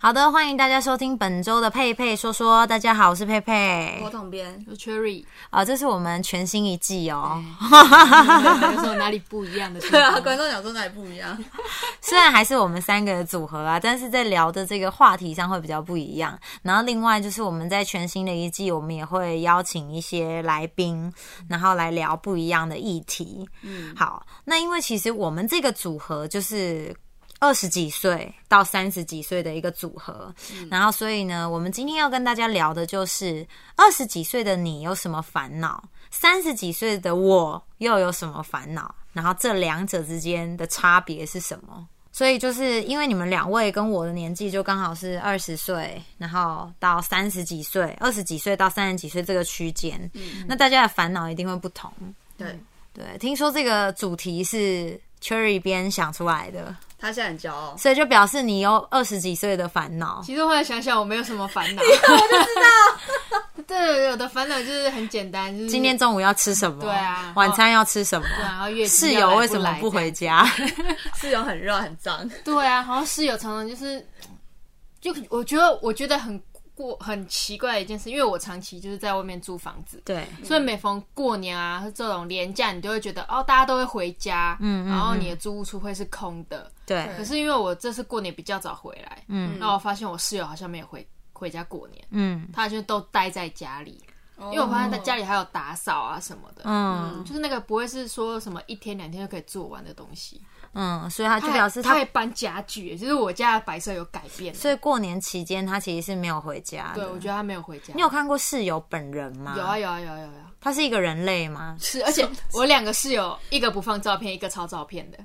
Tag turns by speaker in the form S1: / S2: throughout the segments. S1: 好的，欢迎大家收听本周的佩佩说说。大家好，我是佩佩。
S2: 我统编，
S3: 有 Cherry，
S1: 啊、这是我们全新一季哦。
S3: 有时候哪里不一样的 地
S2: 对啊，
S3: 方？
S2: 观众讲说哪里不一样？
S1: 虽然还是我们三个的组合啊，但是在聊的这个话题上会比较不一样。然后另外就是我们在全新的一季，我们也会邀请一些来宾，然后来聊不一样的议题。嗯，好，那因为其实我们这个组合就是。二十几岁到三十几岁的一个组合，然后所以呢，我们今天要跟大家聊的就是二十几岁的你有什么烦恼，三十几岁的我又有什么烦恼，然后这两者之间的差别是什么？所以就是因为你们两位跟我的年纪就刚好是二十岁，然后到三十几岁，二十几岁到三十几岁这个区间，
S3: 嗯
S1: 那大家的烦恼一定会不同。
S2: 对
S1: 对，听说这个主题是 Cherry 边想出来的，
S2: 他现在很骄傲，
S1: 所以就表示你有二十几岁的烦恼。
S3: 其实后来想想，我没有什么烦恼，我就知道。对，我的烦恼就是很简单，就是
S1: 今天中午要吃什么？
S3: 对啊
S1: 晚餐要吃什么？
S3: 对啊然后月经
S1: 室
S3: 要来
S1: 友为什么
S3: 来
S1: 不
S3: 这
S1: 回
S3: 样？
S1: 家？
S2: 室友很热很脏，
S3: 对啊，好像室友常常就是，就我觉得我觉得很过很奇怪的一件事，因为我长期就是在外面租房子，
S1: 对，
S3: 所以每逢过年啊这种年假，你都会觉得哦，大家都会回家，
S1: 嗯嗯
S3: 然后你的租屋处会是空的。
S1: 对，
S3: 可是因为我这次过年比较早回来，
S1: 嗯
S3: 嗯，
S2: 哦
S3: 那我发现我室友好像没有回回家过年，
S1: 嗯
S3: 他就都待在家里，
S2: 因
S3: 因为我发现在家里还有打扫啊什么的，
S1: 哦嗯
S3: 就是那个不会是说什么一天两天就可以做完的东西。
S1: 嗯，所以他就
S3: 还
S1: 表示
S3: 他
S1: 他
S3: 还搬家具，欸就是我家的摆设有改变。
S1: 所以过年期间他其实是没有回家的。
S3: 对，我觉得他没有回家。
S1: 你有看过室友本人吗？
S3: 有啊有啊有啊有啊有啊，？
S1: 他是一个人类吗
S3: 是，而且我两个室友，一个不放照片，一个抄照片的，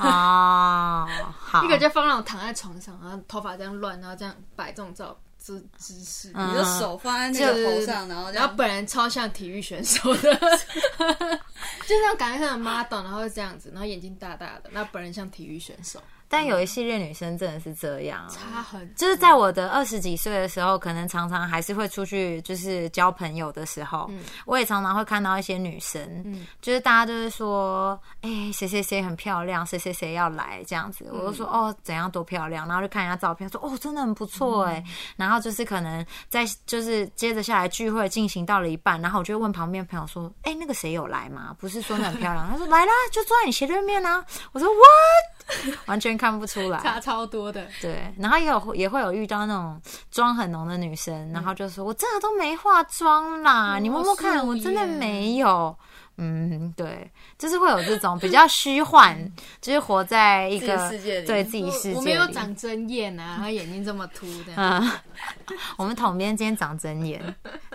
S1: 哦，好，
S3: 一个就放那种躺在床上，然后头发这样乱，然后这样摆这种照姿姿势。
S1: 嗯
S2: 你的手放在那个头上，然后这
S3: 然后
S2: 样
S3: 本人超像体育选手 的，就那种感觉像 model，然后这样子，然后眼睛大大的，那本人像体育选手，
S1: 但有一系列女生真的是这样。
S3: 他很
S1: 就是在我的二十几岁的时候，可能常常还是会出去，就是交朋友的时候，我也常常会看到一些女生，就是大家就是说，哎、谁谁谁很漂亮，谁谁谁要来这样子，我就说哦，怎样多漂亮，然后就看人家照片，说哦，真的很不错哎、然后就是可能在就是接着下来聚会进行到了一半，然后我就会问旁边朋友说，哎、那个谁有来吗？不是说你很漂亮，他说来啦，就坐在你斜对面啊，我说 what，完全看不出来，
S3: 差超多的。
S1: 对，然后也有也会有遇到那种妆很浓的女生，然后就说：“我真的都没化妆啦，
S2: 嗯
S1: 你摸摸看，
S3: 素
S1: 我真的
S3: 颜
S1: 没
S2: 啊
S1: 有。”嗯，对，就是会有这种比较虚幻，就是活在一
S2: 嗯自己
S1: 个
S2: 的世界里
S1: 对自己世界
S3: 我
S1: 里。
S3: 我没有长针眼啊，然后眼睛这么凸的，
S1: 嗯， 我们统编今天长真 眼，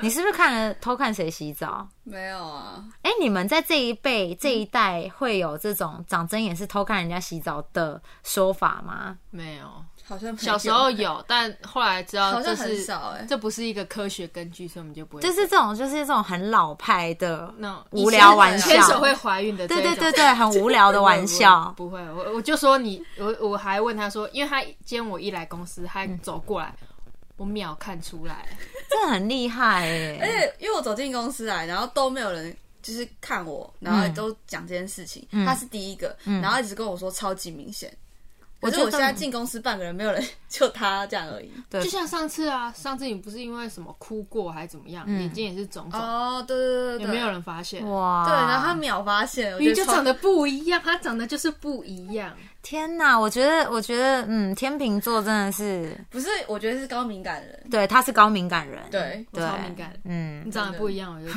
S1: 你是不是看了偷看谁洗澡？
S2: 没有啊？
S1: 哎、你们在这一辈
S2: 嗯
S1: 这一代会有这种长真眼是偷看人家洗澡的说法吗？
S2: 嗯
S3: 没有。
S2: 好像没有
S3: 小时候有，但后来知道
S2: 好
S3: 这
S2: 像
S3: 是
S2: 很少哎，
S3: 这不是一个科学根据，所以我们就不会。
S1: 就是这种，就是这种很老派的
S2: 嗯
S3: 那种
S1: 无聊玩
S3: 以
S1: 笑，
S3: 前牵手会怀孕的这
S1: 对
S3: 一种，
S1: 对对对，很无聊的玩笑。
S3: 不会，我我就说你，我我还问他说，因为他今天我一来公司，他走过来，我秒看出来，
S1: 这很厉害哎、
S2: 而且因为我走进公司来，然后都没有人就是看我，然后都讲这件事情，他是第一个，然后一直跟我说超级明显。可是
S1: 觉得
S2: 嗯我现在进公司半个人，没有人 就他这样而已。
S1: 对
S3: 就像上次啊，上次你不是因为什么哭过还怎么样，
S1: 嗯
S3: 眼睛也是肿肿，
S2: 哦，对对对对
S3: 也
S2: 对，
S3: 没有人发现，
S1: 哇！
S2: 对，然后他秒发现，我觉
S3: 你
S2: 得
S3: 就
S2: 超嗯
S3: 长得不一样，他长得就是不一样，
S1: 天哪，我觉得，我觉得，嗯，天秤座真的是，
S2: 不是，我觉得是高敏感人。
S1: 对，他是高敏感人，
S2: 对
S3: 我超敏感，
S1: 嗯
S3: 你，长得不一样，我就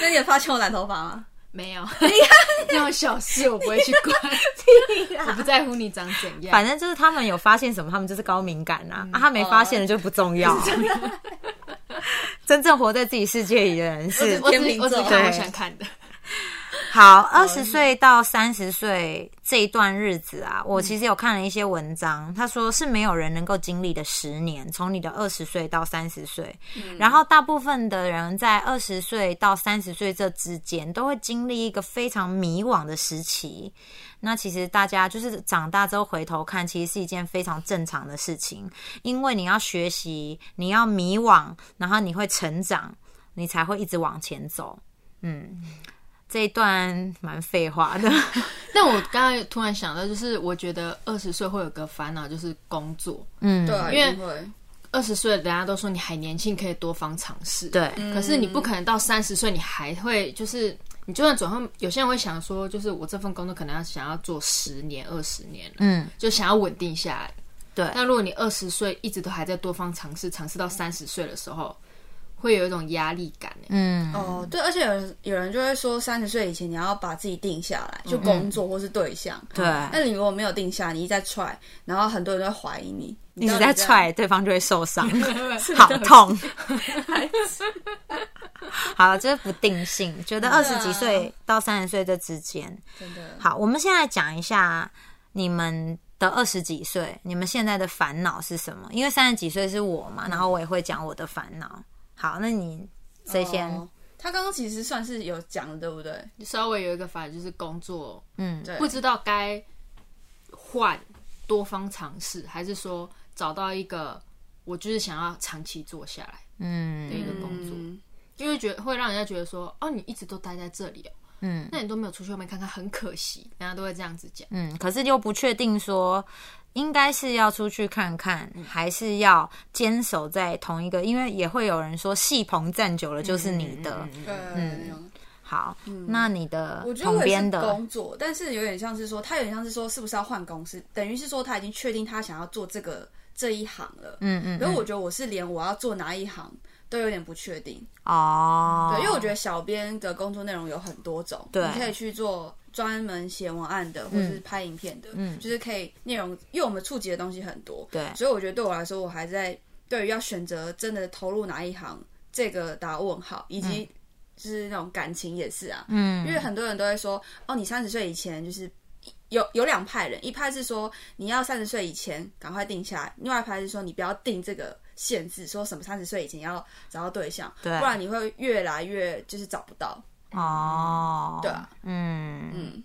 S2: 那你有发现我染头发吗？
S3: 没有，这种小事我不会去管，我不在乎你长怎样。
S1: 反正就是他们有发现什么，他们就是高敏感啊，
S2: 嗯
S1: 啊他没发
S2: 哦
S1: 现的就不重 要。真正活在自己世界里的人是
S3: 我只
S2: 天秤座
S3: 我只看我
S1: 对
S3: 想看的，
S1: 好，嗯二十岁到三十岁这一段日子啊，我其实有看了一些文章，他说是没有人能够经历的十年，从你的二十岁到三十岁，然后大部分的人在二十岁到三十岁这之间都会经历一个非常迷惘的时期。那其实大家就是长大之后回头看，其实是一件非常正常的事情，因为你要学习，你要迷惘，然后你会成长，你才会一直往前走。嗯，这一段蛮废话的，
S3: 但我刚才突然想到，就是我觉得二十岁会有个烦恼，就是工作。
S1: 嗯，
S2: 对啊，
S3: 因为
S2: 一定会
S3: 二十岁，人家都说你还年轻，可以多方尝试。
S1: 对，
S2: 嗯
S3: 可是你不可能到三十岁，你还会就是，你就算转换，有些人会想说，就是我这份工作可能要想要做十年、二十年了，
S1: 嗯，
S3: 就想要稳定下来。
S1: 对
S3: 那如果你二十岁一直都还在多方尝试，尝试到三十岁的时候，会有一种压力感欸。
S1: 嗯，
S2: 哦，对，而且有人有人就会说，三十岁以前你要把自己定下来，就工作或是对象。
S1: 对
S2: 那你如果没有定下，你一再踹，然后很多人都会怀疑你，
S1: 一
S2: 到
S1: 直
S2: 底
S1: 在
S2: 这样
S1: 踹，对方就会受 伤，好痛。好，这是不定性，觉
S2: 啊
S1: 得二十几岁到三十岁这之间。
S2: 真的
S1: 好，我们现在讲一下你们的二十几岁，你们现在的烦恼是什么？因为三十几岁是我
S2: 嗯
S1: 嘛，然后我也会讲我的烦恼。好，那你谁先？
S2: 哦他刚刚其实算是有讲的，对不对？
S3: 稍微有一个烦恼就是工作
S1: 嗯，
S2: 对，
S3: 不知道该换多方尝试，还是说找到一个我就是想要长期做下来
S1: 嗯
S3: 的一个工作，
S2: 嗯
S3: 因为觉得会让人家觉得说，哦，你一直都待在这里哦，
S1: 嗯
S3: 那你都没有出去外面看看，很可惜，人家都会这样子讲。
S1: 嗯，可是又不确定说。应该是要出去看看，
S2: 嗯
S1: 还是要坚守在同一个？因为也会有人说，戏棚站久了就是你的。
S3: 嗯嗯嗯
S2: 对，那种
S1: 好，那你的
S2: 我觉得
S1: 同
S2: 嗯我也
S1: 边
S2: 是
S1: 的，
S2: 工作，但是有点像是说，他有点像是说，是不是要换公司？等于是说他已经确定他想要做这个这一行了。
S1: 嗯嗯，
S2: 可是
S1: 嗯
S2: 我觉得我是连我要做哪一行都有点不确定，
S1: 哦，
S2: 对，因为我觉得小编的工作内容有很多种，
S1: 对嗯
S2: 你可以去做专门写文案的，或是拍影片的，嗯，就是可以内容，因为我们触及的东西很多，
S1: 对
S2: 所以我觉得对我来说，我还在对于要选择真的投入哪一行这个打问号，以及就是那种感情也是啊，
S1: 嗯
S2: 因为很多人都会说，哦，你三十岁以前就是。有有两派人，一派是说你要三十岁以前赶快定下来，另外一派是说你不要定这个限制，说什么三十岁以前要找到对象，
S1: 对
S2: 不然你会越来越就是找不到。
S1: 哦，
S2: 对啊，
S1: 嗯
S2: 嗯，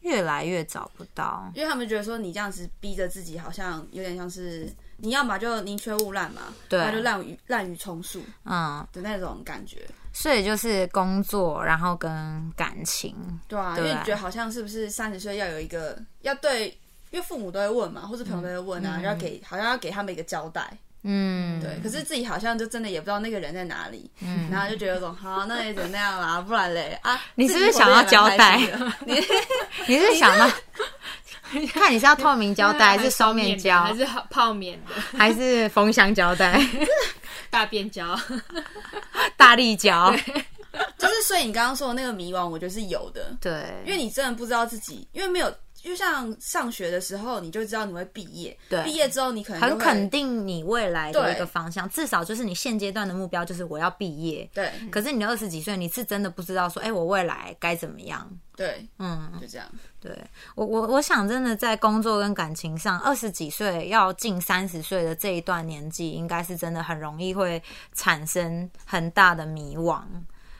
S1: 越来越找不到，
S2: 因为他们觉得说你这样子逼着自己，好像有点像是你要么就宁缺毋滥嘛，
S1: 对
S2: 那就滥竽滥竽充数
S1: 嗯，
S2: 的那种感觉，
S1: 所以就是工作，然后跟感情，
S2: 对啊，
S1: 对
S2: 因为觉得好像是不是三十岁要有一个要对，因为父母都会问嘛，或者朋友都会问啊，要给好像要给他们一个交代，
S1: 嗯，
S2: 对，可是自己好像就真的也不知道那个人在哪里，
S1: 嗯
S2: 然后就觉得有种好，那也怎那样啦，不然嘞啊，
S1: 你是不是
S2: 自己活
S1: 想
S2: 得
S1: 要
S2: 也
S1: 交
S2: 蛮
S1: 代
S2: 开心的？你
S1: 你是想到， 看你是要透明胶 带
S2: 啊
S1: 还是双面胶，
S3: 还是泡面的
S1: 还是封箱胶 带、
S3: 大便胶？
S1: 大力胶？
S2: 就是所以你刚刚说的那个迷惘，我觉得是有的，
S1: 对，
S2: 因为你真的不知道自己，因为没有，就像上学的时候，你就知道你会毕业，
S1: 对
S2: 毕业之后你可能就
S1: 很
S2: 会
S1: 肯定你未来的
S2: 对
S1: 一个方向，至少就是你现阶段的目标就是我要毕业。
S2: 对
S1: 可是你二十几岁，你是真的不知道说，哎、我未来该怎么样？
S2: 对，
S1: 嗯，
S2: 就这样，
S1: 对我我我想真的在工作跟感情上，二十几岁要近三十岁的这一段年纪，应该是真的很容易会产生很大的迷惘。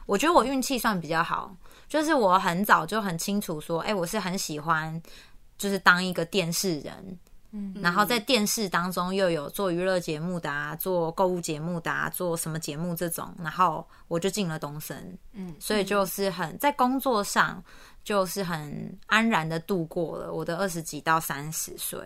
S1: 我觉得我运气算比较好，就是我很早就很清楚说，哎、我是很喜欢就是当一个电视人。嗯，然后在电视当中又有做娱乐节目的啊，做购物节目的啊，做什么节目这种，然后我就进了东森，嗯，所以就是很在工作上就是很安然的度过了我的二十几到三十岁。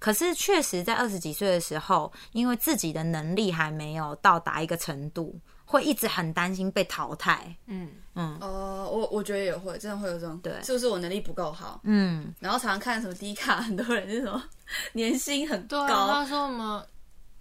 S1: 可是确实在二十几岁的时候，因为自己的能力还没有到达一个程度，会一直很担心被淘汰。
S3: 嗯，
S2: 哦、我我觉得也会，真的会有这种，
S1: 对
S2: 是不是我能力不够好？
S1: 嗯，
S2: 然后常常看什么低卡，很多人是什么年薪很
S3: 对
S2: 高，
S3: 啊，他说什么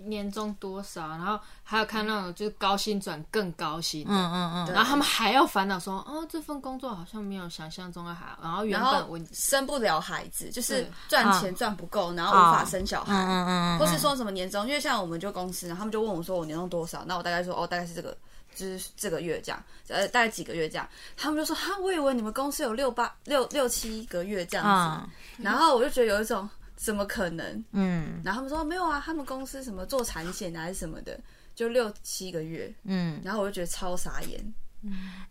S3: 年终多少，然后还有看那种就是高薪转更高薪的。
S1: 嗯嗯嗯，
S2: 对
S3: 然后他们还要烦恼说，哦，这份工作好像没有想象中的好。然后原
S2: 然
S3: 本
S2: 后
S3: 我
S2: 生不了孩子，就是
S3: 对
S2: 赚钱赚不够，然后
S1: 哦
S2: 无法生小孩，
S1: 嗯嗯嗯嗯
S2: 或是说什么年终，因为像我们就公司，然后他们就问我说我年终多少，那我大概说哦，大概是这个，就是这个月这样，呃，大概几个月这样，他们就说哈，我以为你们公司有六八六六七个月这样子，
S1: 嗯
S2: 然后我就觉得有一种怎么可能，
S1: 嗯
S2: 然后他们说没有啊，他们公司什么做产险啊还是什么的，就六七个月，
S1: 嗯，
S2: 然后我就觉得超傻眼，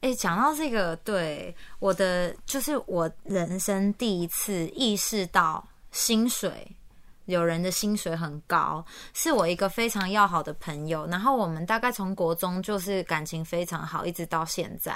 S1: 哎、讲到这个，对我的就是我人生第一次意识到薪水有人的薪水很高，是我一个非常要好的朋友。然后我们大概从国中就是感情非常好，一直到现在。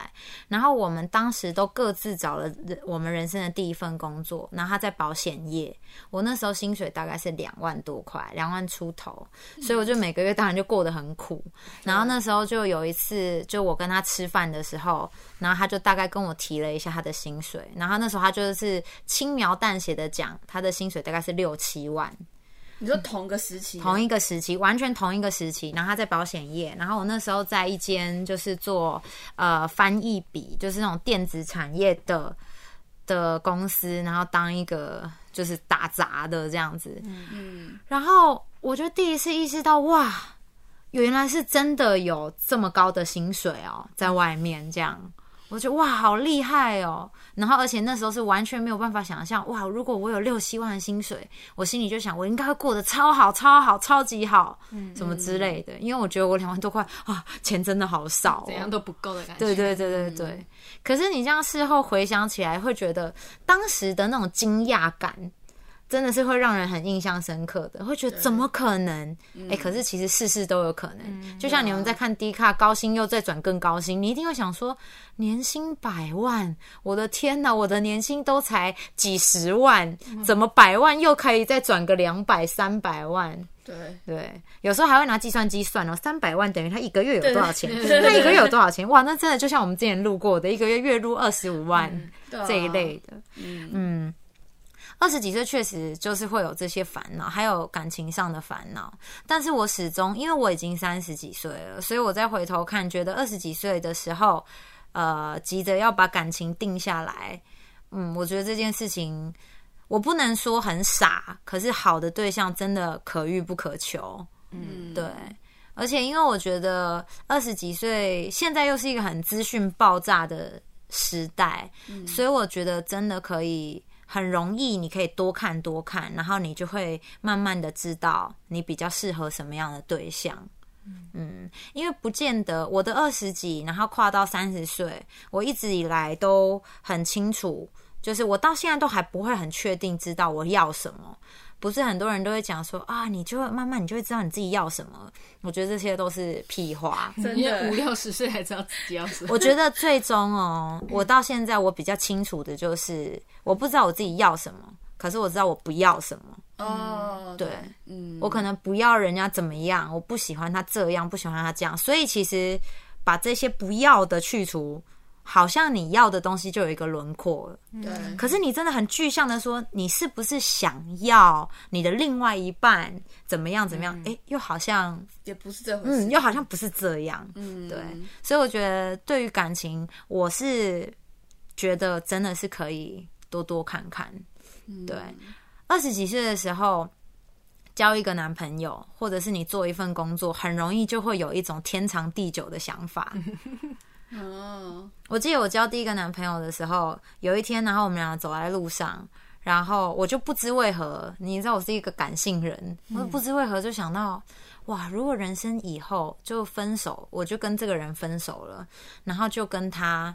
S1: 然后我们当时都各自找了人我们人生的第一份工作，然后他在保险业，我那时候薪水大概是两万多块，两万出头，所以我就每个月当然就过得很苦。然后那时候就有一次，就我跟他吃饭的时候，然后他就大概跟我提了一下他的薪水，然后那时候他就是轻描淡写的讲，他的薪水大概是六七万，
S2: 你说同个时期，
S1: 同一个时期，完全同一个时期。然后他在保险业，然后我那时候在一间就是做呃翻译笔，就是那种电子产业的的公司，然后当一个就是打杂的这样子。
S2: 嗯，
S1: 然后我就第一次意识到，哇，原来是真的有这么高的薪水哦，在外面这样。我觉得哇，好厉害哦！然后，而且那时候是完全没有办法想象，哇，如果我有六七万的薪水，我心里就想，我应该会过得超好、超好、超级好，
S3: 嗯
S1: 什么之类的。因为我觉得我两万多块啊，钱真的好少、哦，
S3: 怎样都不够的感觉。嗯
S1: 对对对对对。可是你这样事后回想起来，会觉得当时的那种惊讶感，真的是会让人很印象深刻的，会觉得怎么可能？
S3: 嗯
S1: 哎、可是其实事事都有可能。就像你们
S3: 啊
S1: 在看低卡高薪又再转更高薪，你一定会想说，年薪百万，我的天哪，我的年薪都才几十万，
S3: 嗯
S1: 怎么百万又可以再转个两百三百万？
S2: 对，
S1: 对，有时候还会拿计算机算哦，三百万等于他一个月有多少钱？
S2: 对
S1: 他一个月有多少钱？哇，那真的就像我们之前录过的，一个月月入二十五万、
S2: 对啊
S1: 这一类的。嗯，二十几岁确实就是会有这些烦恼，还有感情上的烦恼。但是我始终，因为我已经三十几岁了，所以我再回头看，觉得二十几岁的时候，呃，急着要把感情定下来，嗯，我觉得这件事情。我不能说很傻，可是好的对象真的可遇不可求。
S2: 嗯，
S1: 对，而且因为我觉得二十几岁现在又是一个很资讯爆炸的时代，所以我觉得真的可以很容易，你可以多看多看，然后你就会慢慢的知道你比较适合什么样的对象。嗯，因为不见得我的二十几，然后跨到三十岁，我一直以来都很清楚，就是我到现在都还不会很确定知道我要什么。不是很多人都会讲说啊，你就会慢慢你就会知道你自己要什么。我觉得这些都是屁话。
S2: 真
S3: 你
S2: 的
S3: 五六十岁还知道自己要什么？
S1: 我觉得最终哦，我到现在我比较清楚的就是，我不知道我自己要什么，可是我知道我不要什么。
S2: 哦，对
S1: 对，
S2: 嗯，
S1: 我可能不要人家怎么样，我不喜欢他这样，不喜欢他这样。所以其实把这些不要的去除，好像你要的东西就有一个轮廓了。
S2: 对，
S1: 可是你真的很具象的说，你是不是想要你的另外一半怎么样怎么样？哎、又好像
S2: 也不是这回事
S1: 嗯，，又好像不是这样。
S2: 嗯，
S1: 对，所以我觉得对于感情，我是觉得真的是可以多多看看。
S2: 嗯
S1: 对，二十几岁的时候交一个男朋友，或者是你做一份工作，很容易就会有一种天长地久的想法。
S2: 哦，
S1: 我记得我交第一个男朋友的时候，有一天，然后我们俩走在路上，然后我就不知为何，你知道我是一个感性人，我不知为何就想到，哇，如果人生以后就分手，我就跟这个人分手了，然后就跟他，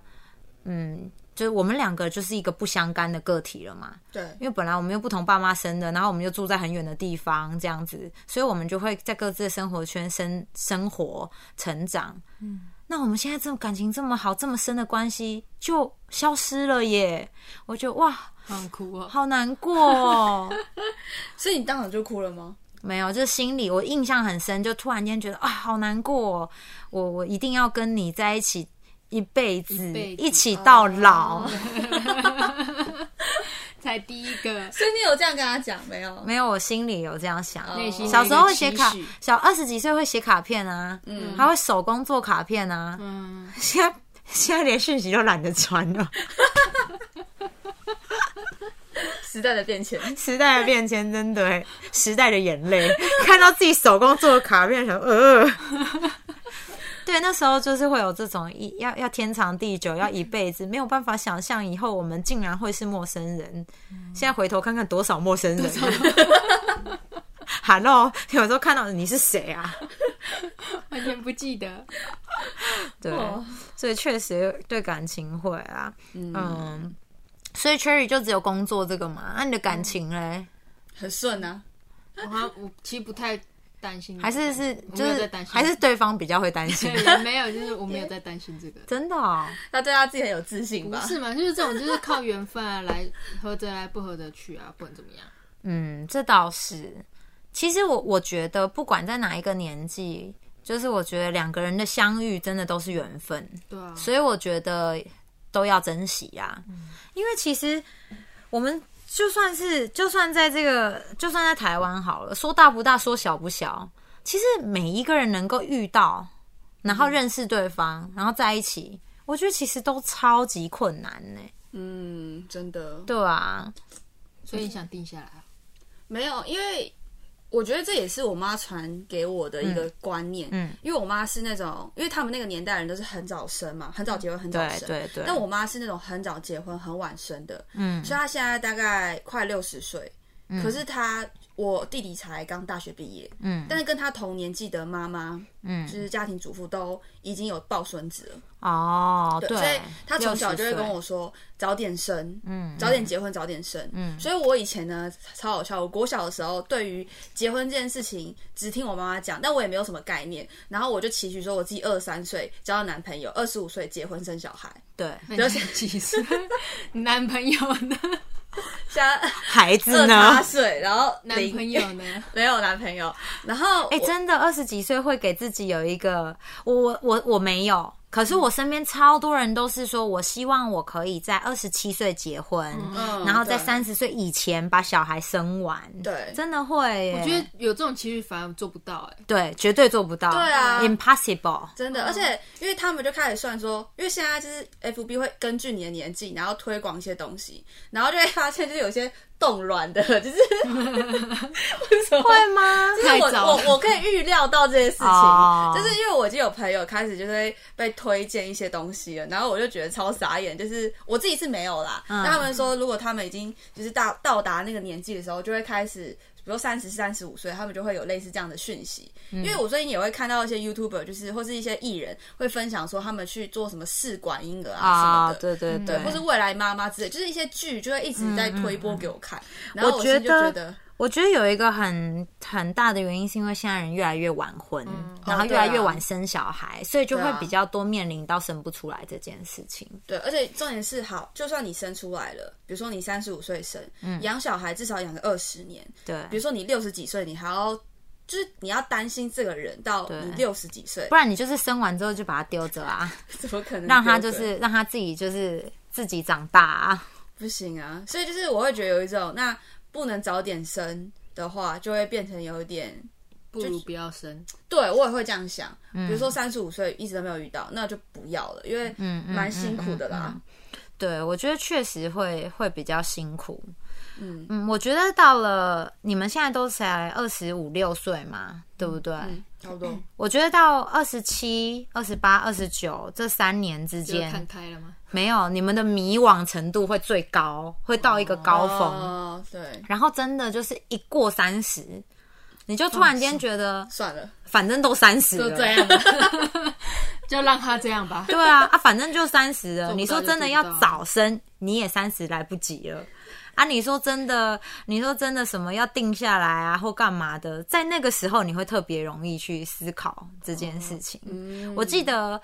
S1: 嗯，就是我们两个就是一个不相干的个体了嘛，
S2: 对，
S1: 因为本来我们又不同爸妈生的，然后我们又住在很远的地方，这样子，所以我们就会在各自的生活圈生生活成长。嗯，那我们现在这种感情这么好、这么深的关系就消失了耶！我觉得哇，
S3: 很哭哦。
S1: 好难过、 哦。
S2: 所以你当场就哭了吗？
S1: 没有，就是心里我印象很深，就突然间觉得啊，好难过、哦，我我一定要跟你在一起一辈子，
S3: 一辈子
S1: 一起到老。
S2: 哦
S3: 才第一个，
S2: 所以你有这样跟他讲没有？
S1: 没有，我心里有这样
S3: 哦
S1: 想，
S2: 内心有
S1: 哦小时候会
S3: 一
S1: 写
S3: 个
S1: 卡
S3: 期许，
S1: 小二十几岁会写卡片啊，嗯，还会手工做卡片啊，
S3: 嗯，
S1: 现在现在连讯息都懒得传 了，
S2: 时代的变迁，
S1: 时代的变迁真的欸，时代的眼泪， 看到自己手工做的卡片，想 呃。对，那时候就是会有这种一要要天长地久，要一辈子，没有办法想象以后我们竟然会是陌生人。现在回头看看嗯多少陌生人啊 ，Hello，有时候看到你是谁啊？
S3: 完全不记得。
S1: 对，
S2: 哦
S1: 所以确实对感情会啊，嗯。啊所以 Cherry 就只有工作这个嘛，那、你的感情嘞？
S2: 很顺啊，
S3: 我好像我其实不太担心，
S1: 还是是
S3: 我
S1: 就
S3: 没有在
S1: 是
S3: 担心，
S1: 还是对方比较会担心，
S3: 对也没有，就是我没有在担心这个。
S1: 真的哦。
S2: 他对他自己很有自信
S3: 不
S2: 吧？
S3: 是嘛？就是这种，就是靠缘分啊，来合得来，不合得去啊，不管怎么样。
S1: 嗯，这倒是。其实我我觉得，不管在哪一个年纪，就是我觉得两个人的相遇真的都是缘分，
S3: 对啊，
S1: 所以我觉得都要珍惜啊。因为其实我们就算是就算在这个就算在台湾好了，说大不大，说小不小，其实每一个人能够遇到，然后认识对方，然后在一起，我觉得其实都超级困难呢、
S2: 嗯，真的
S1: 对啊，
S3: 所以你想定下来啊？
S2: 没有，因为我觉得这也是我妈传给我的一个观念。
S1: 嗯
S2: 因为我妈是那种，因为他们那个年代的人都是很早生嘛，很早结婚，很早
S1: 对
S2: 生。
S1: 对对。
S2: 但我妈是那种很早结婚、很晚生的，
S1: 嗯
S2: 所以她现在大概快六十岁，可是她我弟弟才刚大学毕业，
S1: 嗯
S2: 但是跟她同年纪的妈妈，
S1: 嗯
S2: 就是家庭主妇都已经有抱孙子了，
S1: 哦，对，
S2: 所以她从小就会
S1: 60岁
S2: 跟我说早点生，
S1: 嗯
S2: 早点结婚，早点生。嗯，所以我以前呢超好笑，我国小的时候对于结婚这件事情只听我妈妈讲，但我也没有什么概念，然后我就期许说我自己二三岁交到男朋友，二十五岁结婚生小孩，
S1: 对
S3: 那你想几岁？你男朋友呢？
S2: 现在。
S1: 孩子
S2: 二
S1: 呢
S2: 八？岁，然后
S3: 男
S2: 零
S3: 朋友呢？
S2: 没有男朋友，然后
S1: 哎、
S2: 我
S1: 真的二十几岁会给自己有一个，我我我我没有。可是我身边超多人都是说，我希望我可以在二十七岁结婚，
S2: 嗯
S1: 然后在
S2: 对
S1: 三十岁以前把小孩生完。
S2: 对
S1: 真的会耶，
S3: 我觉得有这种情绪反而做不到哎、
S1: 对，绝对做不到，
S2: 对啊
S1: ，impossible。
S2: 真的，而且因为他们就开始算说，因为现在就是 F B 会根据你的年纪，然后推广一些东西，然后就会发现就是有些冻卵的，就是为 什么
S1: 会吗？
S2: 就是我
S3: 太早了
S2: 我我可以预料到这些事情
S1: 哦
S2: 就是因为我已经有朋友开始就是会被推荐一些东西了，然后我就觉得超傻眼，就是我自己是没有啦，
S1: 嗯
S2: 但他们说如果他们已经就是到到达那个年纪的时候，就会开始。比如三十、三十五岁，他们就会有类似这样的讯息。因
S1: 嗯
S2: 为我最近也会看到一些 YouTuber，就是或是一些艺人会分享说他们去做什么试管婴儿啊
S1: 啊、
S2: 什么的，
S1: 对对
S2: 对，或是未来妈妈之类，就是一些剧就会一直
S1: 嗯
S2: 在推播给我看。然后
S1: 我
S2: 我
S1: 觉
S2: 心里就觉
S1: 得
S2: 得，
S1: 我觉得有一个很很大的原因，是因为现在人越来越晚婚，然后
S2: 哦
S1: 越
S2: 对
S1: 来
S2: 啊
S1: 越晚生小孩，所以就
S2: 对
S1: 会
S2: 啊
S1: 比较多面临到生不出来这件事情。
S2: 对，而且重点是好，就算你生出来了，比如说你三十五岁生，
S1: 嗯
S2: 养、小孩至少养个二十年。
S1: 对，
S2: 比如说你六十几岁，你还要就是你要担心这个人到
S1: 对
S2: 你六十几岁
S1: 不，然你就是生完之后就把它丢着啊，
S2: 怎么可能
S1: 让他
S2: 丢
S1: 就
S2: 着
S1: 是让他自己就是自己长大啊。
S2: 不行啊？所以就是我会觉得有一种，那不能早点生的话，就会变成有一点。
S3: 不如不要生。
S2: 对，我也会这样想。比如说三十五岁一直都没有遇到，那就不要了，因为
S1: 嗯嗯
S2: 蛮辛苦的啦。
S1: 对，我觉得确实会会比较辛苦。
S2: 嗯
S1: 嗯，我觉得到了你们现在都才二十五六岁嘛，对不对？
S2: 嗯，差不多。
S1: 我觉得到二十七、二十八、二十九这三年之
S3: 就
S1: 间，
S3: 看开了吗？
S1: 没有，你们的迷惘程度会最高，会到一个高峰，
S2: 哦，对，
S1: 然后真的就是一过三十，你就突然间觉得，
S2: 算了，
S1: 反正都三十
S3: 就
S1: 了，
S3: 这样了， 就让他这样吧。
S1: 对啊啊，反正就三十了。
S3: 做不到
S1: 你说真的要早生，你也三十来不及了。啊，你说真的，你说真的，什么要定下来啊，或干嘛的，在那个时候你会特别容易去思考这件事情。
S3: 哦
S2: 嗯，
S1: 我记得，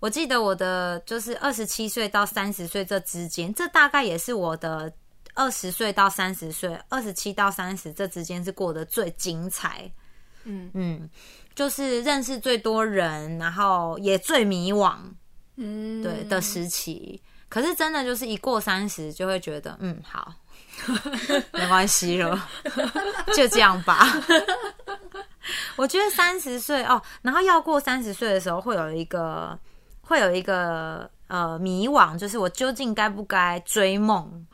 S1: 我记得我的就是二十七岁到三十岁这之间，这大概也是我的二十岁到三十岁，二十七到三十这之间是过得最精彩。
S3: 嗯，
S1: 嗯，就是认识最多人，然后也最迷惘，
S2: 嗯，
S1: 对的时期。可是真的就是一过三十，就会觉得嗯， 好，没关系了， 就这样吧。 我觉得三十岁哦，然后要过三十岁的时候，会有一个会有一个呃迷惘，就是我究竟该不该追梦？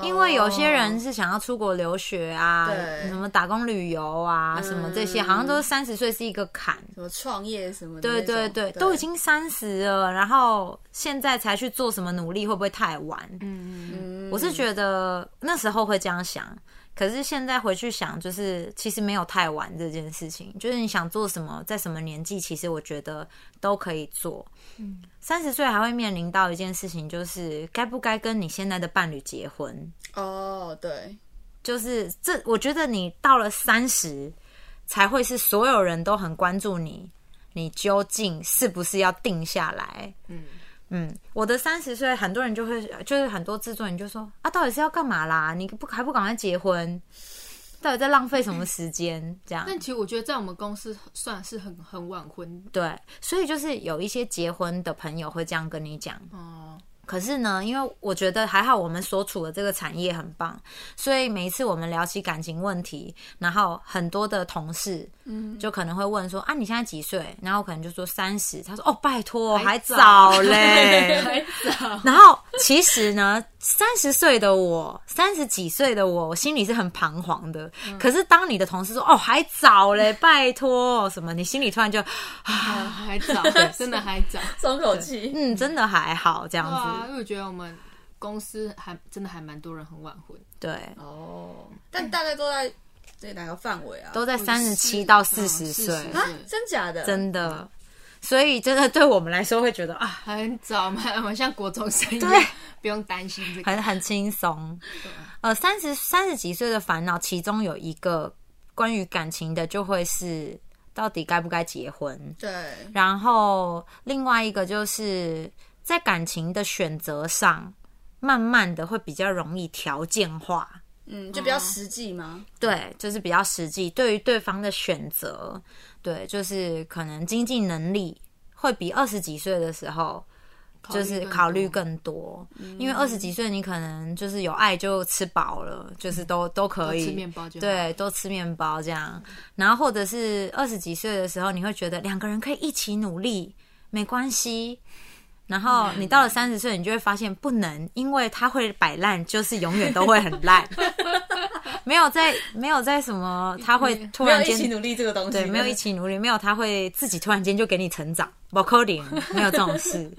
S1: 因为有些人是想要出国留学啊，
S2: 哦对嗯
S1: 什么打工旅游啊，什么这些，好像都是三十岁是一个坎。
S2: 什么创业什么的那
S1: 对
S2: 种，
S1: 对对，都已经三十了，然后现在才去做什么努力，会不会太晚？
S2: 嗯，
S1: 我是觉得那时候会这样想，可是现在回去想，就是其实没有太晚这件事情，就是你想做什么，在什么年纪，其实我觉得都可以做。
S2: 嗯
S1: 三十岁还会面临到一件事情，就是该不该跟你现在的伴侣结婚？
S2: 哦，对，
S1: 就是这，我觉得你到了三十，才会是所有人都很关注你，你究竟是不是要定下来？嗯嗯，我的三十岁，很多人就会，就是很多制作人就说啊，到底是要干嘛啦？你不还不赶快结婚？到底在浪费什么时间？这样
S3: 但其实我觉得在我们公司算是很很晚婚
S1: 对，所以就是有一些结婚的朋友会这样跟你讲，
S3: 哦，
S1: 可是呢，因为我觉得还好，我们所处的这个产业很棒，所以每一次我们聊起感情问题，然后很多的同事，嗯，就可能会问说、啊，你现在几岁？然后我可能就说三十，他说哦，拜托，还早 嘞。
S3: 还早，
S1: 然后其实呢，三十岁的我，三十几岁的我，我心里是很彷徨的。可是当你的同事说哦，还早嘞，拜托什么，你心里突然就
S3: 嗯还早，真的还早。
S2: 松口气。
S1: 嗯，真的还好这样
S3: 对啊，
S1: 子，
S3: 因为我觉得我们公司还真的还蛮多人很晚婚，
S1: 对。啊
S2: 哦，但大概都在这哪个范围啊？
S1: 都在
S3: 是
S1: 三十七到四十
S3: 40
S1: 岁，
S2: 啊
S3: 是，
S2: 真假的？
S1: 真的。所以真的对我们来说会觉得啊，
S3: 很早嘛，我们像国中生一样
S1: 对，
S3: 不用担心这个。
S1: 很很轻松。呃，三十三十几岁的烦恼，其中有一个关于感情的，就会是到底该不该结婚。
S2: 对，
S1: 然后另外一个就是在感情的选择上，慢慢的会比较容易条件化。
S2: 嗯，
S1: 啊
S2: 就比较实际吗？
S1: 对，就是比较实际，对于对方的选择，对，就是可能经济能力会比二十几岁的时候。就是考虑更多，因为二十几岁你可能就是有爱就吃饱了，就是都都可以，
S3: 吃面包就好
S1: 对，多吃面包这样。然后或者是二十几岁的时候，你会觉得两个人可以一起努力，没关系。然后你到了三十岁，你就会发现不能，因为他会摆烂，就是永远都会很烂，没有在没有在什么，他会突
S2: 没有
S1: 然
S2: 一起
S1: 间
S2: 努力这个东西，
S1: 对没有一起努力，没有他会自己突然间就给你成长，不可能，没有这种事。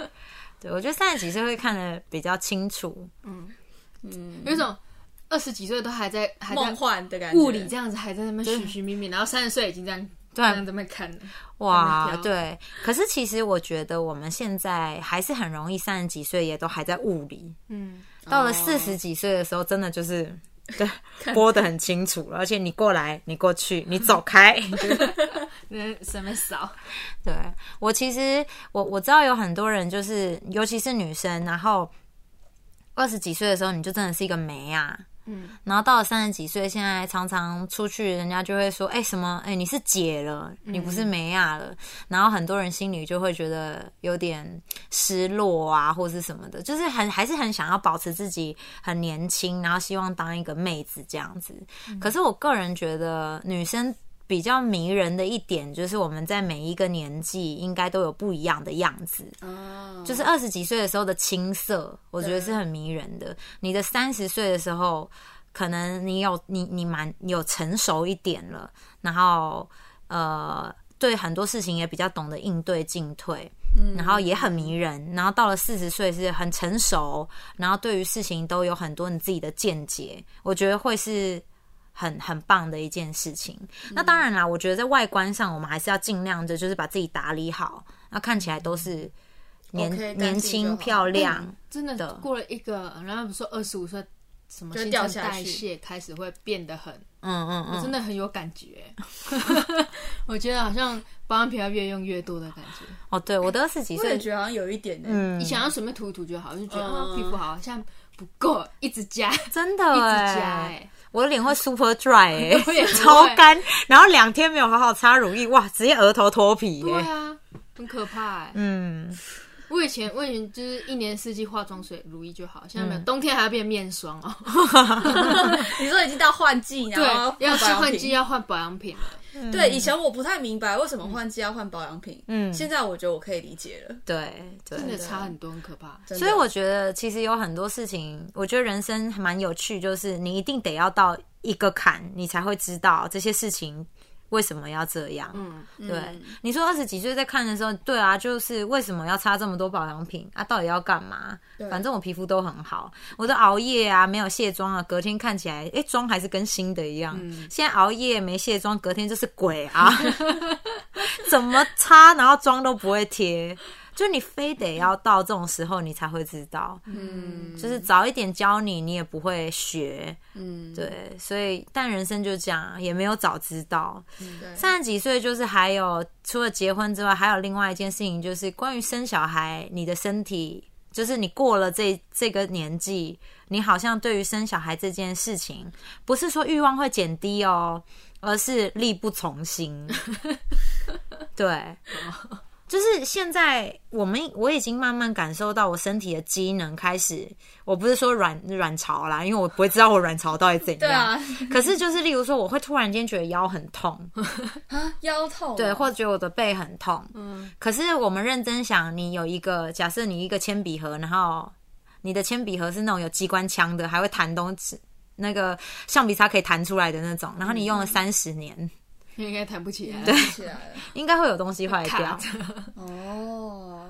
S1: 对我觉得三十几岁会看得比较清楚，
S3: 有一种二十几岁都还在还
S2: 嗯梦
S3: 在
S2: 幻的感觉。
S3: 物理这样子，还在那边寻寻觅觅，然后三十岁已经这样
S1: 对
S3: 这样这么看了。
S1: 哇
S3: 挑，
S1: 对。可是其实我觉得我们现在还是很容易，三十几岁也都还在物理。
S3: 嗯，
S1: 到了四十几岁的时候，真的就是对播的很清楚了，而且你过来，你过去，你走开。
S3: 那什么少？
S1: 对我其实我我知道有很多人就是，尤其是女生，然后二十几岁的时候，你就真的是一个梅啊。嗯，然后到了三十几岁，现在常常出去，人家就会说：“哎、什么？哎、你是姐了，你不是梅亚了。然后很多人心里就会觉得有点失落啊，或是什么的，就是很还是很想要保持自己很年轻，然后希望当一个妹子这样子。可是我个人觉得，女生比较迷人的一点就是，我们在每一个年纪应该都有不一样的样子。
S2: 哦，
S1: 就是二十几岁的时候的青涩，我觉得是很迷人的。你的三十岁的时候，可能你有你你蛮有成熟一点了，然后呃，对很多事情也比较懂得应对进退，
S2: 嗯
S1: 然后也很迷人。然后到了四十岁是很成熟，然后对于事情都有很多你自己的见解，我觉得会是。很很棒的一件事情。那当然啦，我觉得在外观上，我们还是要尽量的，就是把自己打理好，那看起来都是年
S2: OK，干净
S1: 年
S2: 就
S1: 轻
S2: 好
S1: 漂亮。
S3: 真的
S1: 的
S3: 过了一个，然后比如说二十五岁，什么
S2: 就
S3: 新
S2: 掉
S3: 陈
S2: 下
S3: 代
S2: 去
S3: 谢开始会变得很，
S1: 嗯嗯
S3: 我
S1: 嗯，
S3: 真的很有感 觉。我觉得好像保养品要越用越多的感觉。
S1: 哦，对，我的二十几
S2: 哎我也
S1: 岁，
S2: 觉得好像有一点呢。
S1: 嗯
S3: 你，想要随便涂一涂就好，就觉得
S2: 嗯
S3: 啊皮肤好像不够，一直加，一直
S1: 真的
S3: 加，
S1: 哎，
S3: 哎，
S1: 我的脸会 super dry
S3: 我也
S1: 哎，
S3: 会
S1: 超干，然后两天没有好好擦乳液，哇，直接额头脱皮
S3: 对
S1: 哎。
S3: 啊，很可怕哎。
S1: 嗯，
S3: 我以前我以前就是一年四季化妆水、乳液就好，现在没有，冬天还要变面霜哦。
S2: 你说已经到啊换季，然后
S3: 对，要是
S2: 保养
S3: 换
S2: 品
S1: 啊
S3: 季要换保养品啊了。
S2: 对，以前我不太明白为什么换季要换保养品，
S1: 嗯
S2: 现在我觉得我可以理解了。
S1: 对对，
S3: 真的差很多，很可怕。
S2: 真的
S1: 所以我觉得其实有很多事情，我觉得人生还蛮有趣，就是你一定得要到一个坎，你才会知道这些事情为什么要这样。
S3: 嗯，
S1: 对，你说二十几岁在看的时候，对啊，就是为什么要擦这么多保养品啊？到底要干嘛？反正我皮肤都很好，我都熬夜啊，没有卸妆啊，隔天看起来，哎，妆还是跟新的一样。现在熬夜没卸妆， 隔天就是鬼啊！怎么擦，然后妆都不会贴。就你非得要到这种时候你才会知道，
S2: 嗯，
S1: 就是早一点教你，你也不会学，
S2: 嗯，
S1: 对，所以但人生就这样，啊也没有早知道。
S2: 嗯对，
S1: 三十几岁就是还有除了结婚之外，还有另外一件事情，就是关于生小孩，你的身体。就是你过了这这个年纪，你好像对于生小孩这件事情，不是说欲望会减低哦，而是力不从 心。对，就是现在我们我已经慢慢感受到我身体的机能开始，我不是说卵卵巢啦，因为我不会知道我卵巢到底怎样。
S2: 对啊，
S1: 可是就是例如说，我会突然间觉得腰很 痛，
S2: 啊，腰痛，
S1: 对，或者觉得我的背很痛。
S3: 嗯，
S1: 可是我们认真想，你有一个假设，你一个铅笔盒，然后你的铅笔盒是那种有机关枪的，还会弹东西，那个橡皮擦可以弹出来的那种，然后你
S2: 嗯
S1: 用了三十年，
S3: 应该弹不起来。
S2: 对，起来了，
S1: 应该会有东西坏掉
S3: 卡。
S2: 哦，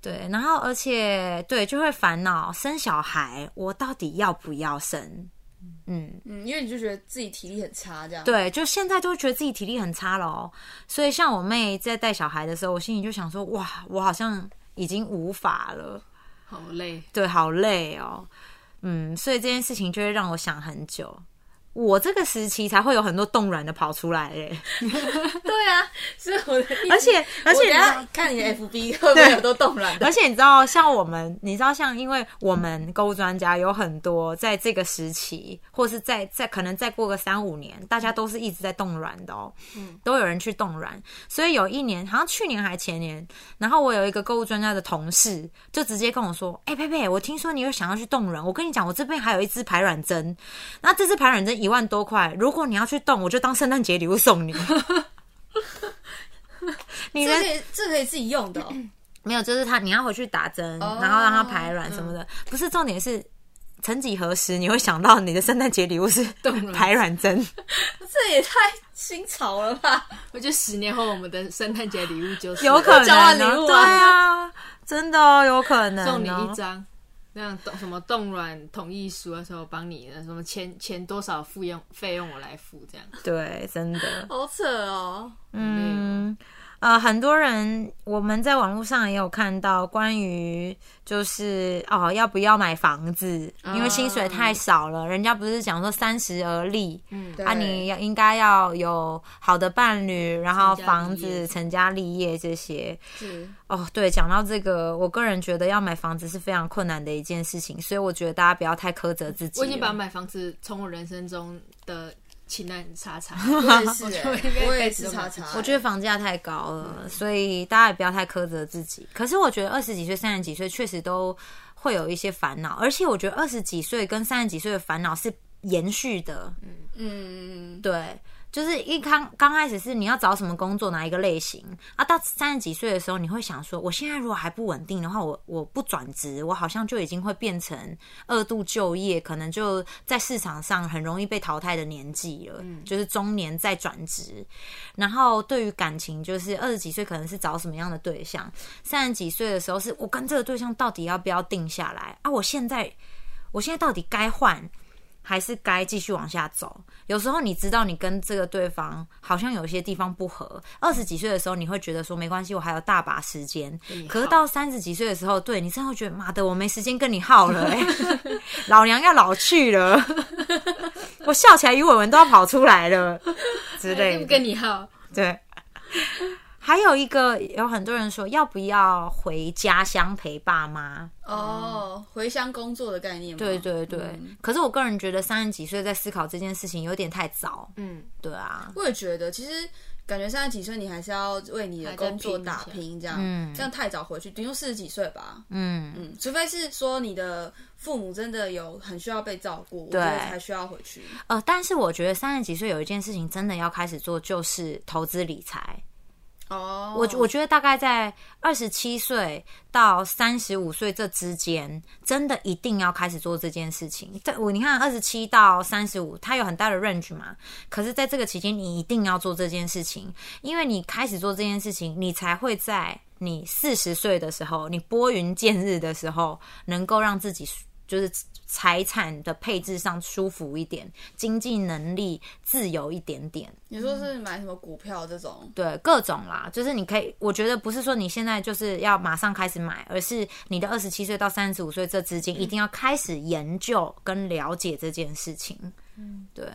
S1: 对，然后而且对就会烦恼生小孩，我到底要不要生？嗯，
S2: 嗯，因为你就觉得自己体力很差，这样，，
S1: 对，就现在就觉得自己体力很差了哦。所以像我妹在带小孩的时候，我心里就想说，哇，我好像已经无法了，
S3: 好累。
S1: 对，好累哦。嗯，所以这件事情就会让我想很久。我这个时期才会有很多冻卵的跑出来欸嘞，
S2: 对啊，是我的意思，
S1: 而且而且
S2: 我等一下
S1: 嗯
S2: 看你的 FB 会不会有都动 软的
S1: 而，且你知道，像我们，你知道，像因为我们购物专家有很多，在这个时期，或是在在可能再过个三五年，大家都是一直在冻卵的哦，嗯，都有人去冻卵，所以有一年，好像去年还前年，然后我有一个购物专家的同事，就直接跟我说，哎、佩佩，我听说你有想要去冻卵，我跟你讲，我这边还有一支排卵针，那这支排卵针一万多块，如果你要去冻，我就当圣诞节礼物送你。你嗯
S2: 这
S1: 人
S2: 可以这可以自己用的哦，
S1: 没有，就是他你要回去打针，
S2: 哦
S1: 然后让他排卵什么的。不是重点是，曾几何时你会想到你的圣诞节礼物是
S3: 冻 卵
S1: 排卵针？
S2: 这也太新潮了吧？
S3: 我觉得十年后我们的圣诞节礼物就是
S1: 有可
S2: 交
S1: 能、
S2: 换
S1: 啊，
S2: 礼物啊
S1: 对啊，真的哦，有可能、哦、
S3: 送你一张。那样冻什么冻卵同意书的时候，帮你的什么钱钱多少付用费用我来付这样。
S1: 对，真的，
S2: 好扯哦，
S1: 嗯。呃，很多人我们在网络上也有看到关于就是哦要不要买房子，因为薪水太少了，人家不是讲说三十而立，
S3: 嗯，
S2: 对
S1: 啊，你要应该要有好的伴侣，然后
S3: 成家立业
S1: 房子、成家立业这些。
S2: 是，
S1: 哦，对，讲到这个，我个人觉得要买房子是非常困难的一件事情，所以我觉得大家不要太苛责自己了。
S3: 我已经把买房子从我人生中的清单叉 叉。
S2: 我也是
S3: 我觉
S2: 欸
S3: 得应该
S2: 我也
S3: 开始
S2: 是
S3: 都买
S2: 叉
S3: 不起
S2: 叉，
S1: 我觉得房价太高了，所以大家也不要太苛责自己。可是我觉得二十几岁、三十几岁确实都会有一些烦恼，而且我觉得二十几岁跟三十几岁的烦恼是延续的。
S2: 嗯，
S1: 对，就是一刚刚开始是你要找什么工作，哪一个类型啊？到三十几岁的时候，你会想说，我现在如果还不稳定的话，我我不转职，我好像就已经会变成二度就业，可能就在市场上很容易被淘汰的年纪了，就是中年再转职。然后对于感情，就是二十几岁可能是找什么样的对象，三十几岁的时候是我跟这个对象到底要不要定下来啊？我现在我现在到底该换？还是该继续往下走。有时候你知道你跟这个对方好像有些地方不合，二十几岁的时候你会觉得说没关系，我还有大把时间。
S3: 你
S1: 可是
S3: 耗
S1: 到三十几岁的时候，对你真的会觉得妈的，我没时间跟你耗了、欸，老娘要老去了， 我笑起来鱼尾纹都要跑出来了之类
S3: 不
S1: 的。
S3: 跟你耗，
S1: 对。还有一个，有很多人说要不要回家乡陪爸妈？
S2: 哦，回乡工作的概念
S1: 嗯
S2: 吗，
S1: 对对对。
S2: 嗯
S1: 可是我个人觉得三十几岁在思考这件事情有点太早。
S3: 嗯，
S1: 对啊，
S2: 我也觉得，其实感觉三十几岁你还是要为你的工作打
S3: 还在
S2: 拼，这样，
S1: 嗯
S2: 这样太早回去，顶多四十几岁吧，
S1: 嗯，
S2: 嗯，除非是说你的父母真的有很需要被照顾，我觉
S1: 对
S2: 得才需要回去，
S1: 呃，但是我觉得三十几岁有一件事情真的要开始做，就是投资理财。
S2: 哦，
S1: 我我觉得大概在二十七岁到三十五岁这之间，真的一定要开始做这件事情。在我你看二十七到三十五，它有很大的 range 嘛。可是在这个期间，你一定要做这件事情，因为你开始做这件事情，你才会在你四十岁的时候，你拨云见日的时候，能够让自己就是财产的配置上舒服一点，经济能力自由一点点。
S2: 你说是买什么股票这种？
S1: 对，各种啦，就是你可以，我觉得不是说你现在就是要马上开始买，而是你的二十七岁到三十五岁这之间，一定要开始研究跟了解这件事情。嗯，对，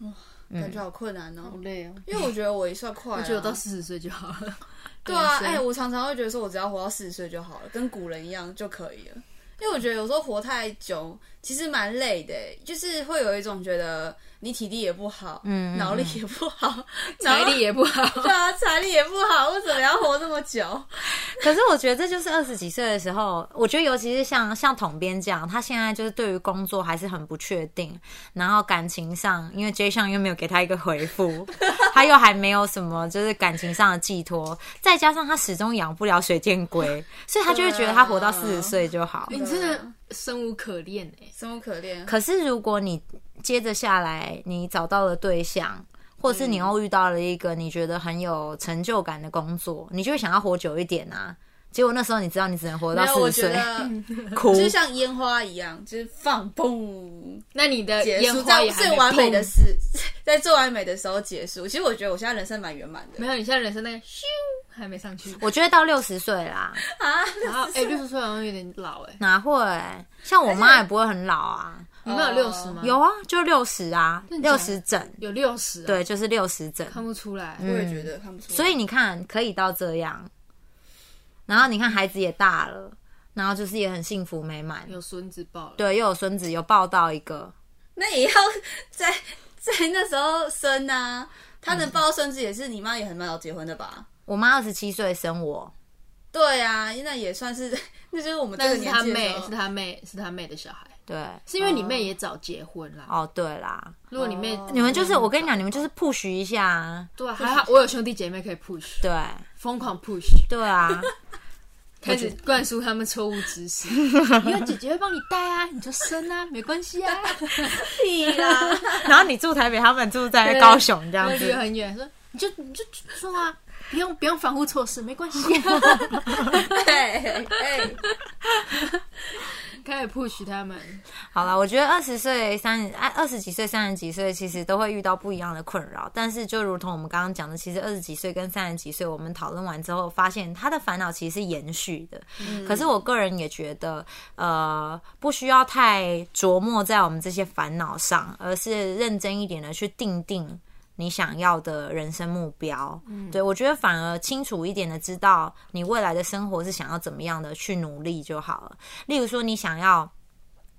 S1: 嗯
S2: 感觉好困难哦。
S3: 累哦。
S2: 因为我觉得我也算快、啊，
S3: 我觉得我到四十岁就好了。
S2: 对啊，哎、我常常会觉得说，我只要活到四十岁就好了，跟古人一样就可以了。因为我觉得有时候活太久，其实蛮累的、就是会有一种觉得你体力也不好，
S1: 嗯嗯
S2: 脑力也不 好，
S3: 财力也不好。
S2: 对啊，财力也不好，为什么要活这么 久？
S1: 可是我觉得这就是二十几岁的时候，我觉得尤其是像像统编这样，他现在就是对于工作还是很不确定，然后感情上，因为 J 上又没有给他一个回复，他又还没有什么就是感情上的寄托，再加上他始终养不了水箭龟，所以他就会觉得他活到四十岁就好。
S3: 你真的生无可恋哎、
S2: 生无可恋。
S1: 可是如果你接着下来，你找到了对象，或是你又遇到了一个你觉得很有成就感的工作，你就会想要活久一点啊。结果那时候你知道你只能活到
S2: 没有，
S1: 四
S2: 我
S1: 十
S2: 觉
S1: 岁，
S2: 得
S1: 哭
S2: 就像烟花一样，就是放蹦，
S3: 那你的
S2: 结
S3: 呃烟
S2: 束
S3: 花
S2: 在
S3: 也还
S2: 最
S3: 没
S2: 完美的
S3: 碰
S2: 时， 在最完美的时候结束。其实我觉得我现在人生蛮圆满的
S3: 没有，你现在人生那个咻还没上去。
S1: 我觉得到六十岁啦，
S2: 啊。
S3: 然后哎，六十岁好像有点老哎、
S1: 哪会？像我妈也不会很老啊，
S3: 你
S2: 哦
S3: 们有六十吗？
S1: 有啊，就六十啊，
S3: 假
S1: 六
S3: 的
S1: 十整，
S3: 有六十、啊，，
S1: 对，就是六十整。
S3: 看不出来。
S2: 我也觉得看不出来，
S1: 所以你看，可以到这样，然后你看孩子也大了，然后就是也很幸福美满，
S3: 有孙子抱了，
S1: 对，又有孙子，有抱到一个，
S2: 那也要在 在那时候生啊。他能抱孙子也是你妈也很蛮早结婚的吧？
S1: 我妈二十七岁生我，
S2: 对啊，那也算是， 那就是我们这
S3: 但
S2: 个
S3: 是
S2: 年
S3: 他
S2: 纪的时
S3: 妹，
S2: 候
S3: 是他妹，是他妹的小孩，
S1: 对，
S3: 是因为你妹也早结婚啦。
S1: 哦对啦，
S3: 如果你妹
S2: 哦，
S1: 你们就是我跟你讲，你们就是 push 一下啊，
S3: 对，还好我有兄弟姐妹可以 push，
S1: 对
S3: 疯狂 push，
S1: 对 啊，
S3: 开始灌输他们错误 知识。以后姐姐会帮你带啊，你就生啊，没关系啊。
S2: 屁啦，
S1: 然后你住台北，他们住在
S3: 对
S1: 高雄这样
S3: 然后离
S1: 子
S3: 得，很远，说你就你就说啊，不用不用防护措施，没关系、啊
S2: 对，哎，
S3: 开始 push 他们，
S1: 好了，我觉得二十岁、三十、哎二十几岁、三十几岁，其实都会遇到不一样的困扰。但是，就如同我们刚刚讲的，其实二十几岁跟三十几岁，我们讨论完之后，发现他的烦恼其实是延续的。可是，我个人也觉得，呃，不需要太琢磨在我们这些烦恼上，而是认真一点的去定定。你想要的人生目标，对我觉得反而清楚一点的知道你未来的生活是想要怎么样的去努力就好了。例如说，你想要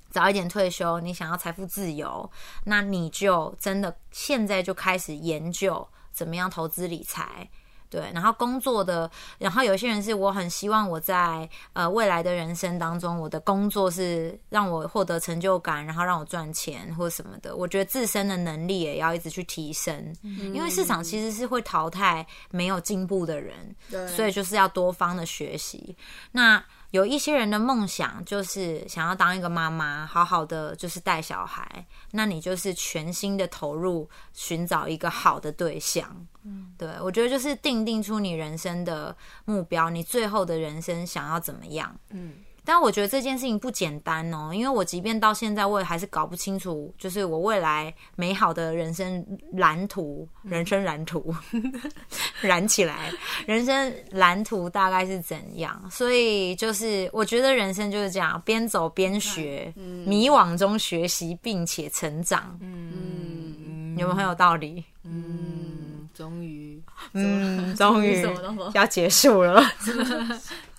S1: 早一点退休，你想要财富自由，那你就真的现在就开始研究怎么样投资理财。对，然后工作的，然后有些人是我很希望我在呃未来的人生当中，我的工作是让我获得成就感，然后让我赚钱或什么的。我觉得自身的能力也要一直去提升，因为市场其实是会淘汰没有进步的人，
S2: 对
S1: 所以就是要多方的学习。那有一些人的梦想就是想要当一个妈妈，好好的就是带小孩，那你就是全心的投入寻找一个好的对象。嗯，对我觉得就是定定出你人生的目标，你最后的人生想要怎么样。
S3: 嗯，
S1: 但我觉得这件事情不简单哦，因为我即便到现在，我也还是搞不清楚，就是我未来美好的人生蓝图、
S2: 嗯
S1: 人生蓝图、 燃起来，人生蓝图大概是怎样。所以就是我觉得人生就是这样，边走边学，迷惘中学习并且成长，
S2: 嗯
S1: 有没有很有道理？
S3: 嗯，终于
S1: 嗯，终 于
S2: 什么东西
S1: 要结束了，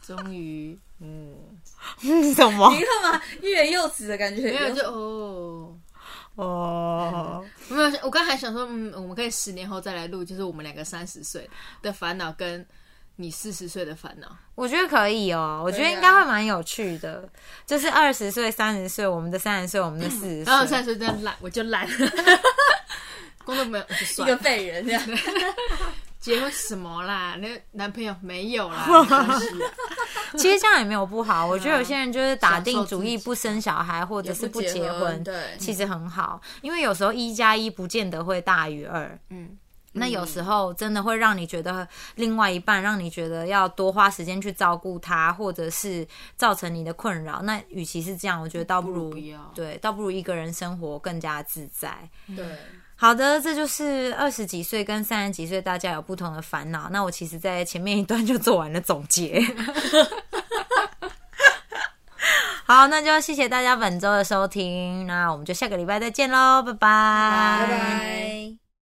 S3: 终于，嗯，
S1: 什 么
S2: 你？干嘛欲言又止的感觉？
S3: 没有就哦。
S1: 哦，
S3: 没有，我刚才想说，嗯，我们可以十年后再来录，就是我们两个三十岁的烦恼跟你四十岁的烦恼。
S1: 我觉得可以哦，我觉
S2: 可
S1: 得
S2: 以啊
S1: 应该会蛮有趣的，就是二十岁、三十岁，我们的三十岁，我们的四 十
S3: 然
S1: 岁
S3: 后哦三，十岁真的懒，我就懒，工作没有我就
S2: 一
S3: 算
S2: 个
S3: 了。
S2: 废人这样。
S3: 结婚什么啦？那男朋友没 有啦，没关系啦
S1: 其实这样也没有不好。我觉得有些人就是打定主意
S3: 享受自己
S1: 不生小孩，或者是不结
S2: 也不结
S1: 婚，
S2: 婚对
S1: 其实很好，因为有时候一加一不见得会大于二，
S3: 嗯，
S1: 那有时候真的会让你觉得另外一半让你觉得要多花时间去照顾他，或者是造成你的困扰。那与其是这样，我觉得倒不如
S3: 不如不要
S1: 对，倒不如一个人生活更加自在。
S2: 对，
S1: 好的，这就是二十几岁跟三十几岁大家有不同的烦恼。那我其实，在前面一段就做完了总结。好，那就要谢谢大家本周的收听，那我们就下个礼拜再见喽，拜拜，
S2: 拜拜。